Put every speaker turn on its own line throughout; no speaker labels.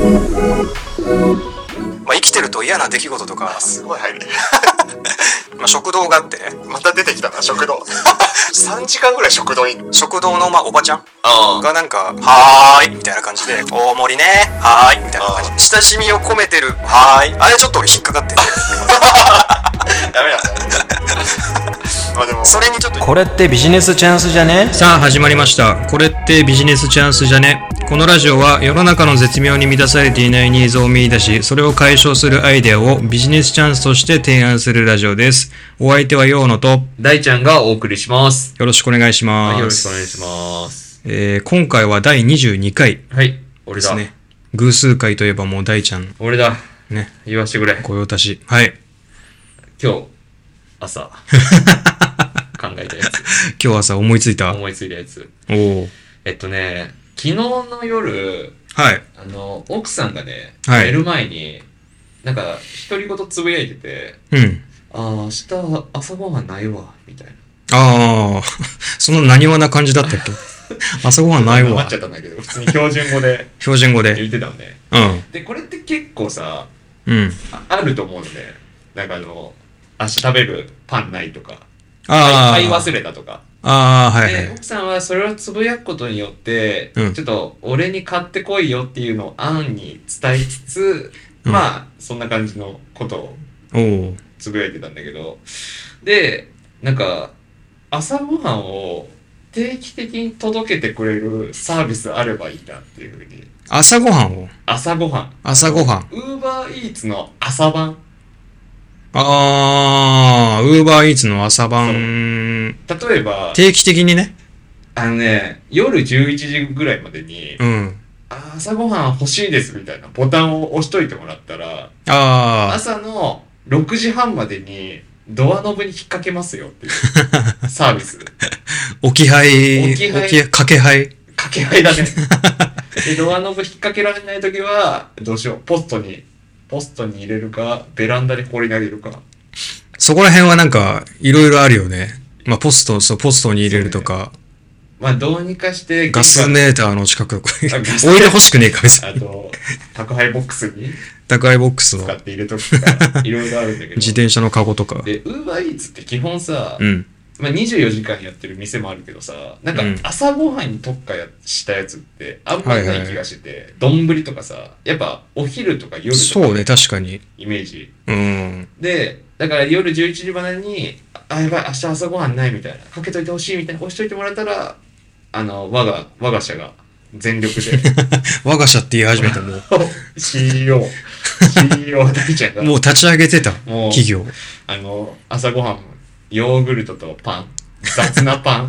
まあ、生きてると嫌な出来事とか、
すごい入るね
まあ、食堂があってね、
また出てきたな食堂 3時間ぐらい食堂に
食堂のまあおばちゃん
あ
がなんか、はーいみたいな感じで、大盛りね、はーいみたいな感じ
あ
で、親しみを込めてる、はーい。あれちょっと俺引っかか ってて、
ダメなんだ まあでも
それにちょっと、
これってビジネスチャンスじゃね
さあ始まりました。これってビジネスチャンスじゃねこのラジオは世の中の絶妙に満たされていないニーズを見出し、それを解消するアイデアをビジネスチャンスとして提案するラジオです。お相手はヨーノとよ
大ちゃんがお送りします。
ろしくお願いします。
よろしくお願いします。
えー今回は第22回で
はい、俺
す
だ。
ね。偶数回といえばもう大ちゃん
俺だ。
ね、
言わしてくれ。
御用達。はい。
今日、朝、 考えたやつ。
今日朝思いついた。お
思いついたやつ。
おー。
えっとね、昨日の夜、
はい。
あの、奥さんがね、
はい
寝る前に、なんか、独り言つぶやいてて、
うん。
ああ、明日朝ごはんないわ、みたいな。
ああ、 その何話な感じだった っけ朝ごはんない
黙
わ
っち。ゃったんだけど、普通に標準 語で
標準語で。
言ってたのね。
うん。
で、これって結構さ、
うん。
ああると思うので、なんかあの、明日食べるパンないとか、
ああ。
買い忘れたとか。
ああ、はいは
で、
い。
奥さんはそれをつぶやくことによって、
うん
ちょっと俺に買ってこいよっていうのを案に伝えつつ、
うん
まあ、そんな感じのことを
おお。
つぶやいてたんだけど、で、なんか、朝ごはんを定期的に届けてくれるサービスあればいいなっていうふうに、
朝ごはんを。
朝ごはん。
朝ごはん。
ウーバーイーツの朝晩。
ああ、ウーバーイーツの朝晩。
例えば、
定期的にね。
あのね、夜11時ぐらいまでに、
うん。
あ朝ごはん欲しいですみたいなボタンを押しといてもらったら、
あ
朝の6時半までにドアノブに引っ掛けますよってい うサービス。
あ、置き配、
置き配
かけ配。
掛け合 いだね。で、ドアノブ引っ掛けられないときは、どうしよう。ポストに、ポストに入れるか、ベランダに放り投げるか。
そこら辺はなんか、いろいろあるよね。まあ、ポスト、そう、ポストに入れるとか、
まあ、どうにかして、
ガスメーターの近く、これ
あ
置
ガス
いてほしくねえか、別
あ
に。
と、宅配ボックスに
宅配ボックスの
使って入れとくと か、いろいろあるんだけど。
自転車のカゴとか。
で、ウーバーイーツって基本さ、
うん。
まあ、24時間やってる店もあるけどさなんか
うん
朝ごはんに特化やしたやつってあんまりない気がしてて丼、とかさやっぱお昼とか夜と
そう
か
ね、確かに。
イメージ
うん。
でだから夜11時までに「あやばい明日朝ごはんない」みたいな「かけといてほしい」みたいな押しといてもらったらあの我が我が社が全力 で
我が社って言い始めたもう、
CEO CEO 大ちゃんが
もう立ち上げてた、
もう
企業。
あの朝ごはんヨーグルトとパン雑なパン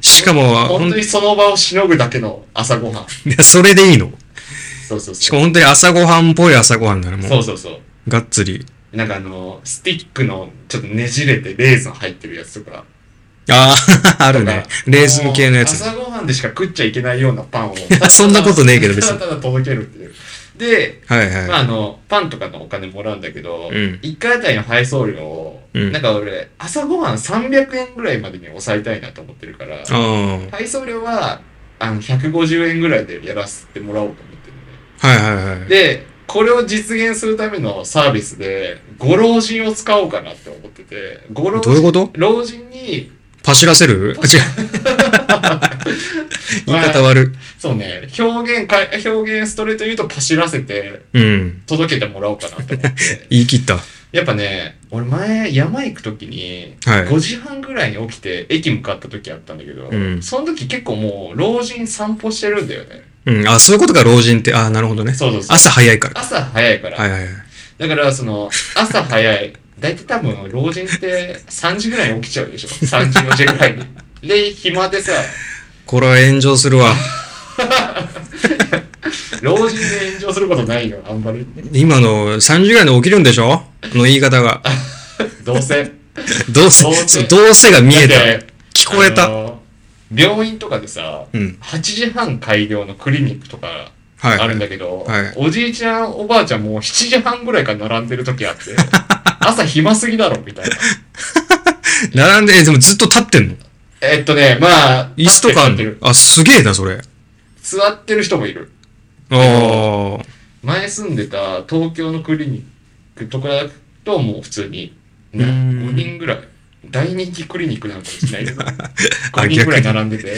しかも、ほん
本当にその場をしのぐだけの朝ごは ん
いや、それでいいの
そうそうそう。
しかも本当に朝ごはんっぽい朝ごはんだね、もう。
そうそうそ
がっつり。
う。なんかあの、スティックのちょっとねじれてレーズン入ってるやつとか。
ああ、あ
あ
るね。レー ズン系のやつ。
朝ごはんでしか食っちゃいけないようなパンを。
そんなことねえけど
た
別に
だただ届けるっていう。で、
はい
まあ
は
あの、パンとかのお金もらうんだけど、
うん
1回あたりの配送料を、
うん
なんか俺、朝ごはん300円ぐらいまでに抑えたいなと思ってるから、
い。うん。
配送料は、あの、150円ぐらいでやらせてもらおうと思ってるね。
はいはいはい。
で、これを実現するためのサービスで、ご老人を使おうかなって思ってて、ご老人
どういうこと
老人に、
パシらせ るあ、違う。言い方悪
そうね、表現か、表現ストレート言うとパシらせて、
い。うん。
届けてもらおうかなと思って。
言い切った。
やっぱね、俺前山行く時に、
はい
5時半ぐらいに起きて駅向かった時あったんだけど、
うん
その時結構もう老人散歩してるんだよね。
うん。あ、そういうことが老人って。あなるほどね。
そうそうそう。
朝早いから。
朝早いから。
はいはいはい。
だから、その、朝早い。大体多分、老人って3時ぐらいに起きちゃうでしょ。3時、4時ぐらいに。で、暇でさ、
これは炎上する わ。
老人で炎上することないよ、あんまり。
今の3時ぐらいに起きるんでしょあの言い方が。
どうせ。
どうせ
どうせ、
そうどうせが見えた。
だって
聞こえ
あ
た。
の病院とかでさ、
うん。
8時半開業のクリニックとか
はい。
あるんだけど、
はい
おじいちゃん、おばあちゃんも7時半ぐらいから並んでる時あ って、朝暇すぎだろ、みたいな。
並んで、えでもずっと立ってんの
えっとね、まあ、
椅子とかあ
立って
る
る
のあ、すげえな、それ。
座ってる人もいる。
おー。
前住んでた東京のクリニックとかだともう普通に、ね、
うん
5人ぐらい大人気クリニックなのかもし れないけど
あ
5人ぐらい
逆
並んでて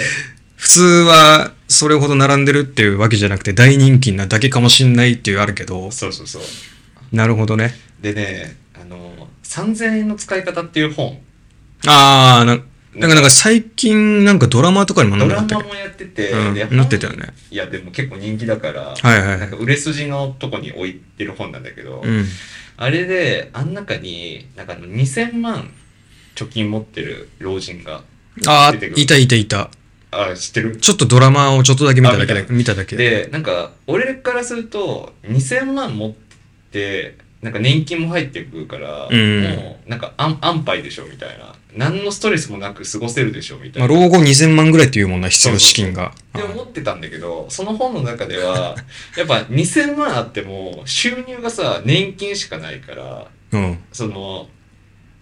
普通は、それほど並んでるっていうわけじゃなくて、大人気なだけかもしんないっていうあるけど、
そうそうそう
なるほどね。
でねあの「3000円の使い方」っていう本
あー、ななんかなんか最近、なんかドラマとかにもな
ド
んなか
ラ
った
マ
っけ
もやってて、
うん
で
なってたよね
いやでも結構人気だから、
はいはいは
なん
い
か。売れ筋のとこに置いてる本なんだけど、
うん。
あれであん中になんかあの2000万貯金持ってる老人が
あ
出てく
ー、
る
いたいたいた。
あ知ってる
ちょっとドラマをちょっとだけ見ただけ
あ
だ
見た
見ただけ。
でなんか俺からすると2000万持ってなんか年金も入ってくるから、
うん
もうなんか安安牌でしょみたいな何のストレスもなく過ごせるでしょみたい
まあ、
な、
老後2000万ぐらいっていうもんな、必要資金が。
って思ってたんだけどその本の中では やっぱ2000万あっても収入がさ年金しかないから
うん。
その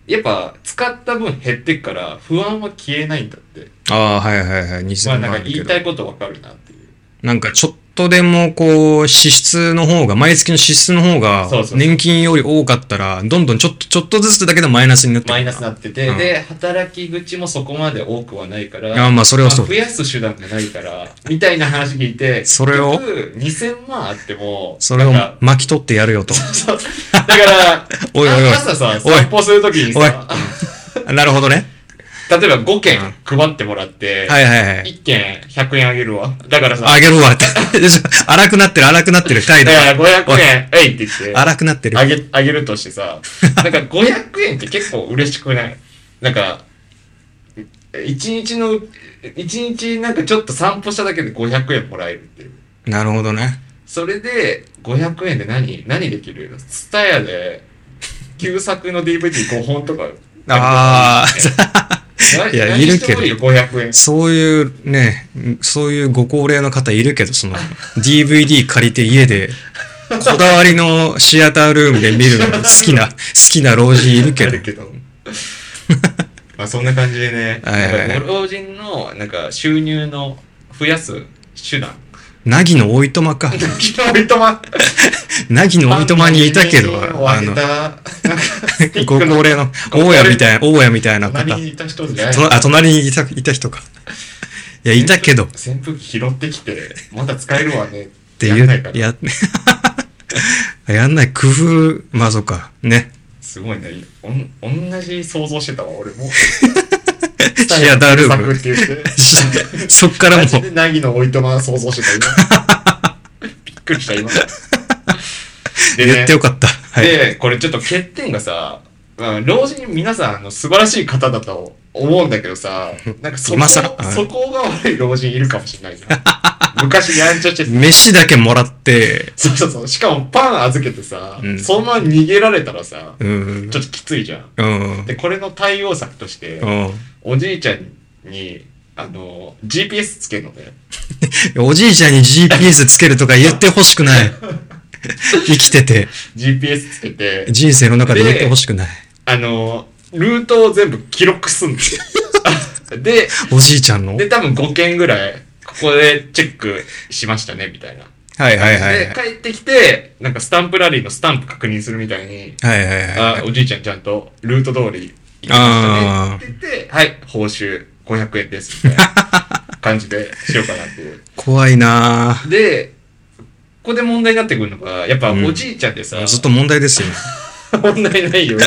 やっぱ使った分減ってくから不安は消えないんだって
ああ、はいはいはい。
まあ
2000
な
万
ん
あ
か
る
言
け
い
ど
た。いことわかるなっていう
なんかちょっとでもこう、支出の方が、毎月の支出の方が
そうそう、そう
年金より多かったら、どんどんちょっと、ちょっとずつだけでマイナスになってく
マ
る
イ
な
ナスになってて、
うん
で働き口もそこまで多くはないから
ああ、まあそれ
まあ
はそう
増。やす手段がないから、みたいな話聞いて、
それを
結局2000万あっても、
それを
なんか
巻き取ってやるよ と。
そうだから、
おいおいおい
あ朝さ、
おい
散歩するときにさ、
なるほどね。
例えば5件
うん
配ってもらって、
はいはいはい。
1件100円あげるわ。だからさ、
あげるわ って。でしょ荒くなってる、荒くなってる、態度
だ
が。
から500円、えいって言って、
荒くなってる。
あげ、あげるとしてさ、 なんか500円って結構嬉しくないなんか、一日の、一日なんかちょっと散歩しただけで500円もらえるっていう。
なるほどね。
それで、500円で何、何できるツタヤで、旧作の DVD5 本とか。
あ
な
あ、いや、
何
いる
して
け
も
ど
いい。よ、500 円。
そういうね、そういうご高齢の方いるけど、その DVD 借りて家で、こだわりのシアタールームで見るのが好きな、好きな老人いるけ
あ
ど
る。けど。 まあ、そんな感じでね、
はいはいはい
なんかご老人の、なんか、収入の増やす手段。
なぎのおいとまか。
昨日、三笘。
なぎのおいとまにいたけど、
あ
あの、
の、ご
ご高齢の、大家みたいな、大家みたいな
隣
方。
にいた人じゃない
とあ、隣にいた、いた人か。いや、いたけど、っ
扇風機拾ってきて、まだ使えるわね。ってや
言
んないか
う、
ら。
や、やん ない工夫、まあそっか、 ね。
すごいね。おん、同じ想像してたわ、俺 も。
シアタールーム。
作って言って。
そっからも
マ
う
ジでナギのおいとま想像して た、今。びっくりした、今。でね
言ってよかった。はい。
で、これちょっと欠点がさ、まあ、老人皆さんあの素晴らしい方だと思うんだけどさ、 なんかそこ
今更
そこが悪い老人いるかもしれないじ ゃん昔やんちゃしてて
飯だけもらって、
そうそうそう。しかもパン預けてさ、
うん
そのまま逃げられたらさ、
うん
ちょ。っときついじゃん。
うん。
で、これの対応策として、
うん
おじいちゃんに、あの、GPS つけるのね。
おじいちゃんに GPS つけるとか言ってほしくない。 生きてて、
GPS つけて、
人生の中で言ってほしくない。
あの、ルートを全部記録 すんので、
おじいちゃんの。はい
で、多分5件ぐらい、ここでチェックしましたね、みたいな。
はいはいはい。
で、帰ってきて、なんかスタンプラリーのスタンプ確認するみたいに、
はいはいは
あ、おじいちゃんちゃんとルート通り行きましたねって言って、はい、報酬500円です、みたいな感じでしようかなっていう。
い。怖いなぁ
で、ここで問題になってくるのが、やっぱ
うん
おじいちゃんってさ、
ずっと問題ですよ。
問題ないよ。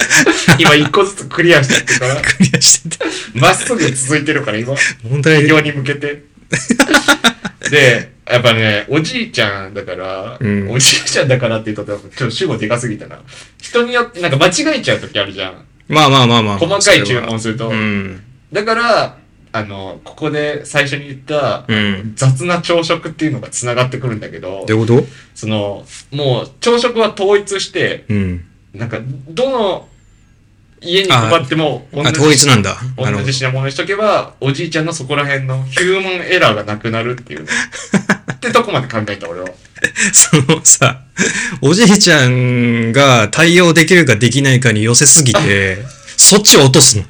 今一個ずつクリアしてってから、
クリアしてて。
まっすぐ続いてるから今。
問題
営業に向け て。で、やっぱね、おじいちゃんだから、
うん
おじいちゃんだからって言うと、ちょっと主語でかすぎたな。人によって、なんか間違えちゃう時あるじゃん。
まあまあまあまあ。
細かい注文すると。
うん。
だから、あの、ここで最初に言った、
うん
雑な朝食っていうのが繋がってくるんだけど
ど、ういうこと
その、もう朝食は統一して、
うん。
なんか、どの家に配っても同
あ、
じ
統一なんだ。なる
同
ほど
じ。品物にしとけば、おじいちゃんのそこら辺のヒューマンエラーがなくなるっていう ね。ってとこまで考えた俺は。
そのさ、おじいちゃ んが対応できるかできないかに寄せすぎて、そっちを落とすの。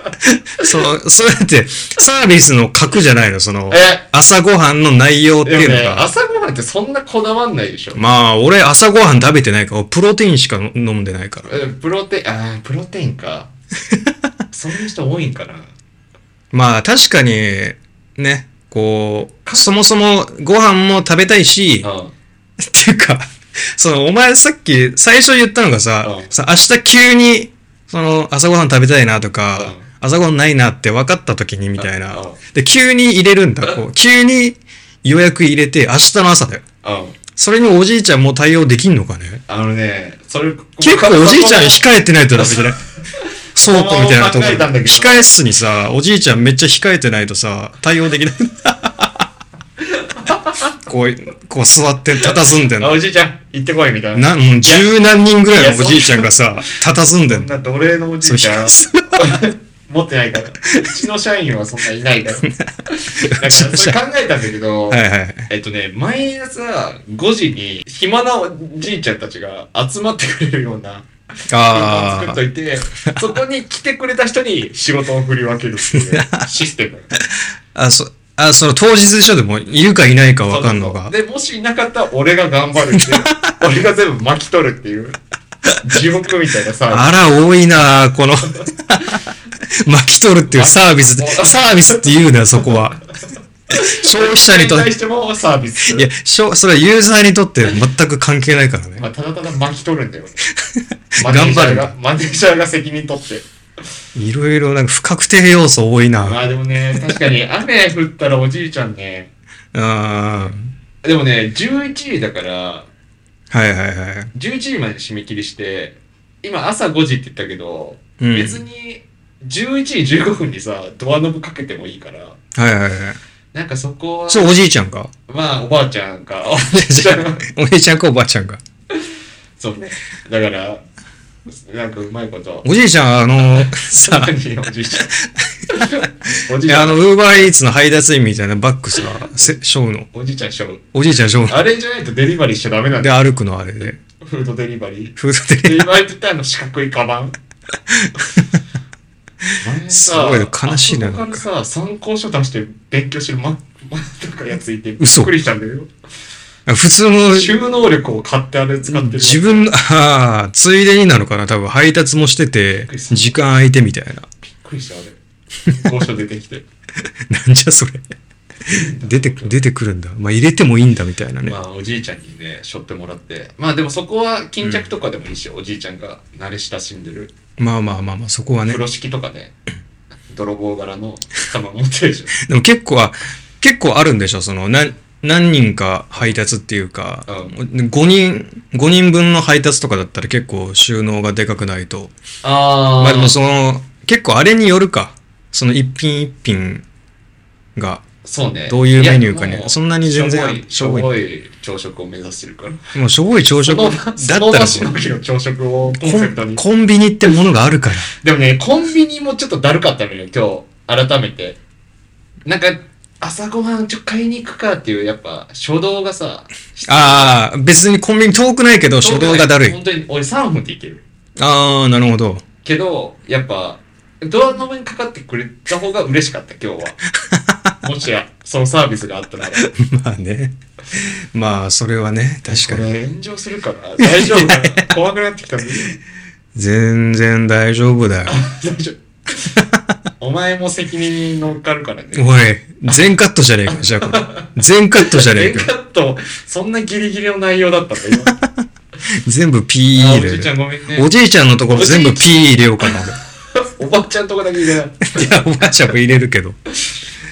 その、それって、サービスの格じゃないの、その、
え
朝ごはんの内容って
で
いう
も
の
ね、
が。
朝ごはんってそんなこだわんないでしょ。
まあ、俺朝ごはん食べてないから、プロテインしか飲んでないから。
えプロテイン、あープロテイ ンか。そんな人多いんかな。
まあ、確かに、ね、こう、そもそもご飯も食べたいし、
うん。
っていうか、その、お前さっき最初言ったのがさ、
うん
さ明日急に、その、朝ごはん食べたいなとか、
うん
朝ごはんないなって分かった時にみたいな。
うんうん
で、急に入れるんだ。こう、急に予約入れて、明日の朝だよ。
うん。
それにおじいちゃんも対応できんのかね
あのね、それ、
結構おじいちゃん控えてないとダメじゃない倉庫みたいなとこ
考えたんだけど
控え室にさ、おじいちゃんめっちゃ控えてないとさ、対応できない。こう、こう座って佇んでんの
あ。おじいちゃん、行ってこいみたいな。
な、もう十何人ぐらいのおじいちゃんがさ、佇んで
そ
ん
ん
の。
な奴隷のおじいちゃん
そ、
持ってないから。 うちの社員はそんないないから。だからそれ考えたんだけど、
はいはい。
えっとね、毎朝5時に暇なおじいちゃんたちが集まってくれるような空間を
あ
作っ
あ
と。い て、そこに来てくれた人に仕事を振り分けるっていうシステム。
あ、そ、あ、その当日でしょでも、いるかいないかわかんのが。
で、もしいなかったら俺が頑張るっ ていう。俺が全部巻き取るっていう。地獄みたいなさ、
あら、多いなあこの。 巻き取るっていうサービスで、サービスって言うな、そこは。消費者にと
そ
っ
れ対
て、
してもサービスす
い
る
や、しょそれはユーザーにとって全く関係ないからね
ま。あ、ただただ巻き取るんだよ。マ
頑
ネージ
張
ャ
る
ー
ん
が
だ、
マネージャーが責任取って。
いろいろなんか不確定要素多い
ま
な
あでもね、確かに雨降ったらおじいちゃんね、
うん。はい
でもね、11時だから、
はいはい。
11時まで締め切りして、今朝5時って言ったけど、
うん
別に11時15分にさ、ドアノブかけてもいいから、
はいはいはい。
なんかそこは、
そう、おじいちゃんか
まあおばあちゃん か、おばあちゃん
おじいちゃんかおばあちゃんか。
そうね。だから、なんかうまいこと。
おじいちゃん、あ の、さ、
何おじいちゃん。お
い
じいち
や
ゃ
あの、
ん、
ウーバーイーツの配達員みたいなバッグさ、せしょうの。
おじいちゃんしょう。
おじいちゃんしょうの。
あれじゃないとデリバリーしちゃダメなん
で、
だよ。
歩くのあれで。
フードデリバリー。
フードテ
デ
レ
リバリーって言ったらあの四角いカバ ン。前さ
すごいね悲しいな
あそこ
なん
か
から
さ、参考書出して勉強してるま、ま、なんかやついて、びっ
嘘
くりしたんだよ。
普通の、
収納力を買ってあれ使ってる。
自分の、ああ、ついでになのかな多分配達もしてて、時間空いてみたいな。
びっくりした、あれ。参考書出てきて。
なんじゃそれ。 出て、出てくるんだ。まあ、入れてもいいんだみたいなね。
まあ、おじいちゃんにね、しょってもらって。まあ、でもそこは巾着とかでもいいし、おじいちゃんが慣れ親しんでる。
まあまあまあまあ、そこはね
風。呂敷とかね、泥棒柄の玉持って るでしょ。
でも結構、あ、結構あるんでしょその、何、何人か配達っていうか、
う
五5人、5人分の配達とかだったら結構収納がでかくないと。
あ
まあでもその、結構あれによるか。その一品一品が、
そうね。
どういうメニューかね
いやもう
そんなに全然
しょぼい、しょぼい朝食を目指してるから。
もうしょぼい朝食だっ
その
た
場
ら
しのぎの朝食をコン
コ
セプト
ン
に。
コンビニってものがあるから。
でもね、コンビニもちょっとだるかったのよ、今日。改めて。なんか、朝ごはんちょっと買いに行くかっていう、やっぱ、初動がさ、
ああ、別にコンビニ遠くないけど、初動がだるい。
本当に、俺3分で行ける。
ああ、なるほど。
けど、やっぱ、ドアの上にかかってくれた方が嬉しかった、今日は。もしや、そのサービスがあったなら。
まあね。まあ、それはね、確かに。
これ炎上するかな大丈夫かな怖くなってきたんで。
全然大丈夫だよ。
大丈夫。 お前も責任に乗っかるからね。
おい、全カットじゃねえか、じゃあこれ。全カットじゃねえ
全
か。
カット、そんなギリギリの内容だったんだ、今。
全部 P 入
あおじいちゃ
れ
ん
る。
ごめんね。
おじいちゃんのところ全部
お
P 入れようかな。
おばあちゃんとかだけ入れない
や、おばあちゃんも入れるけど。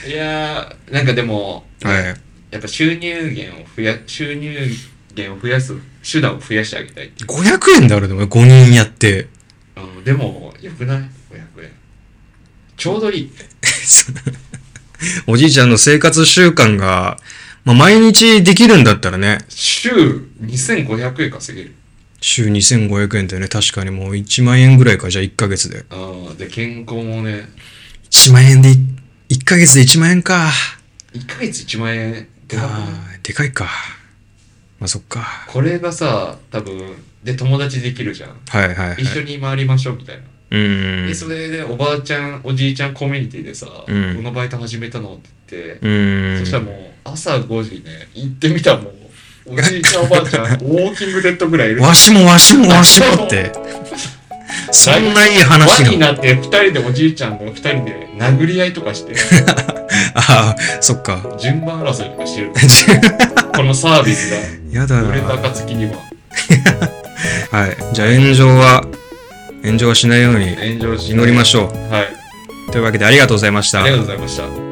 い。いやー、なんかでも、
はい。
やっぱ収入源を増や、収入源を増やす、手段を増やしてあげたいってい
500円であるでも5人やって。
う。うん、でも、よくない ?500 円。ちょうどいい。
おじいちゃんの生活習慣が、まあ、毎日できるんだったらね、
週2500円稼げる。
週2500円でね、確かにもう1万円ぐらいか、じゃあ1ヶ月で。
うん、で、健康もね、
1万円でい、1ヶ月で1万円か。
1ヶ月1万円ってなくない
あーでかいか。まあ、そっか。
これがさ、多分、で、友達できるじゃん。
はいはいはい。
一緒に回りましょうみたいな。
うん
でそれでおばあちゃんおじいちゃんコミュニティでさ、
うん
このバイト始めたのって言って、
うん
そしたらもう朝5時ね行ってみた らもうおじいちゃんおばあちゃんウォーキングデッドぐらいいる
わしもわしもわしもってそんないい話
輪に
が
なって2人でおじいちゃんの2人で殴り合いとかして
ああそっか
順番争いとかしてるこのサービス
やだ
が
な
売れた暁には
はいじゃあ炎上は炎上はしないように
炎上し
祈りましょ
うはいう
というわけでありがとうございました
ありがとうございました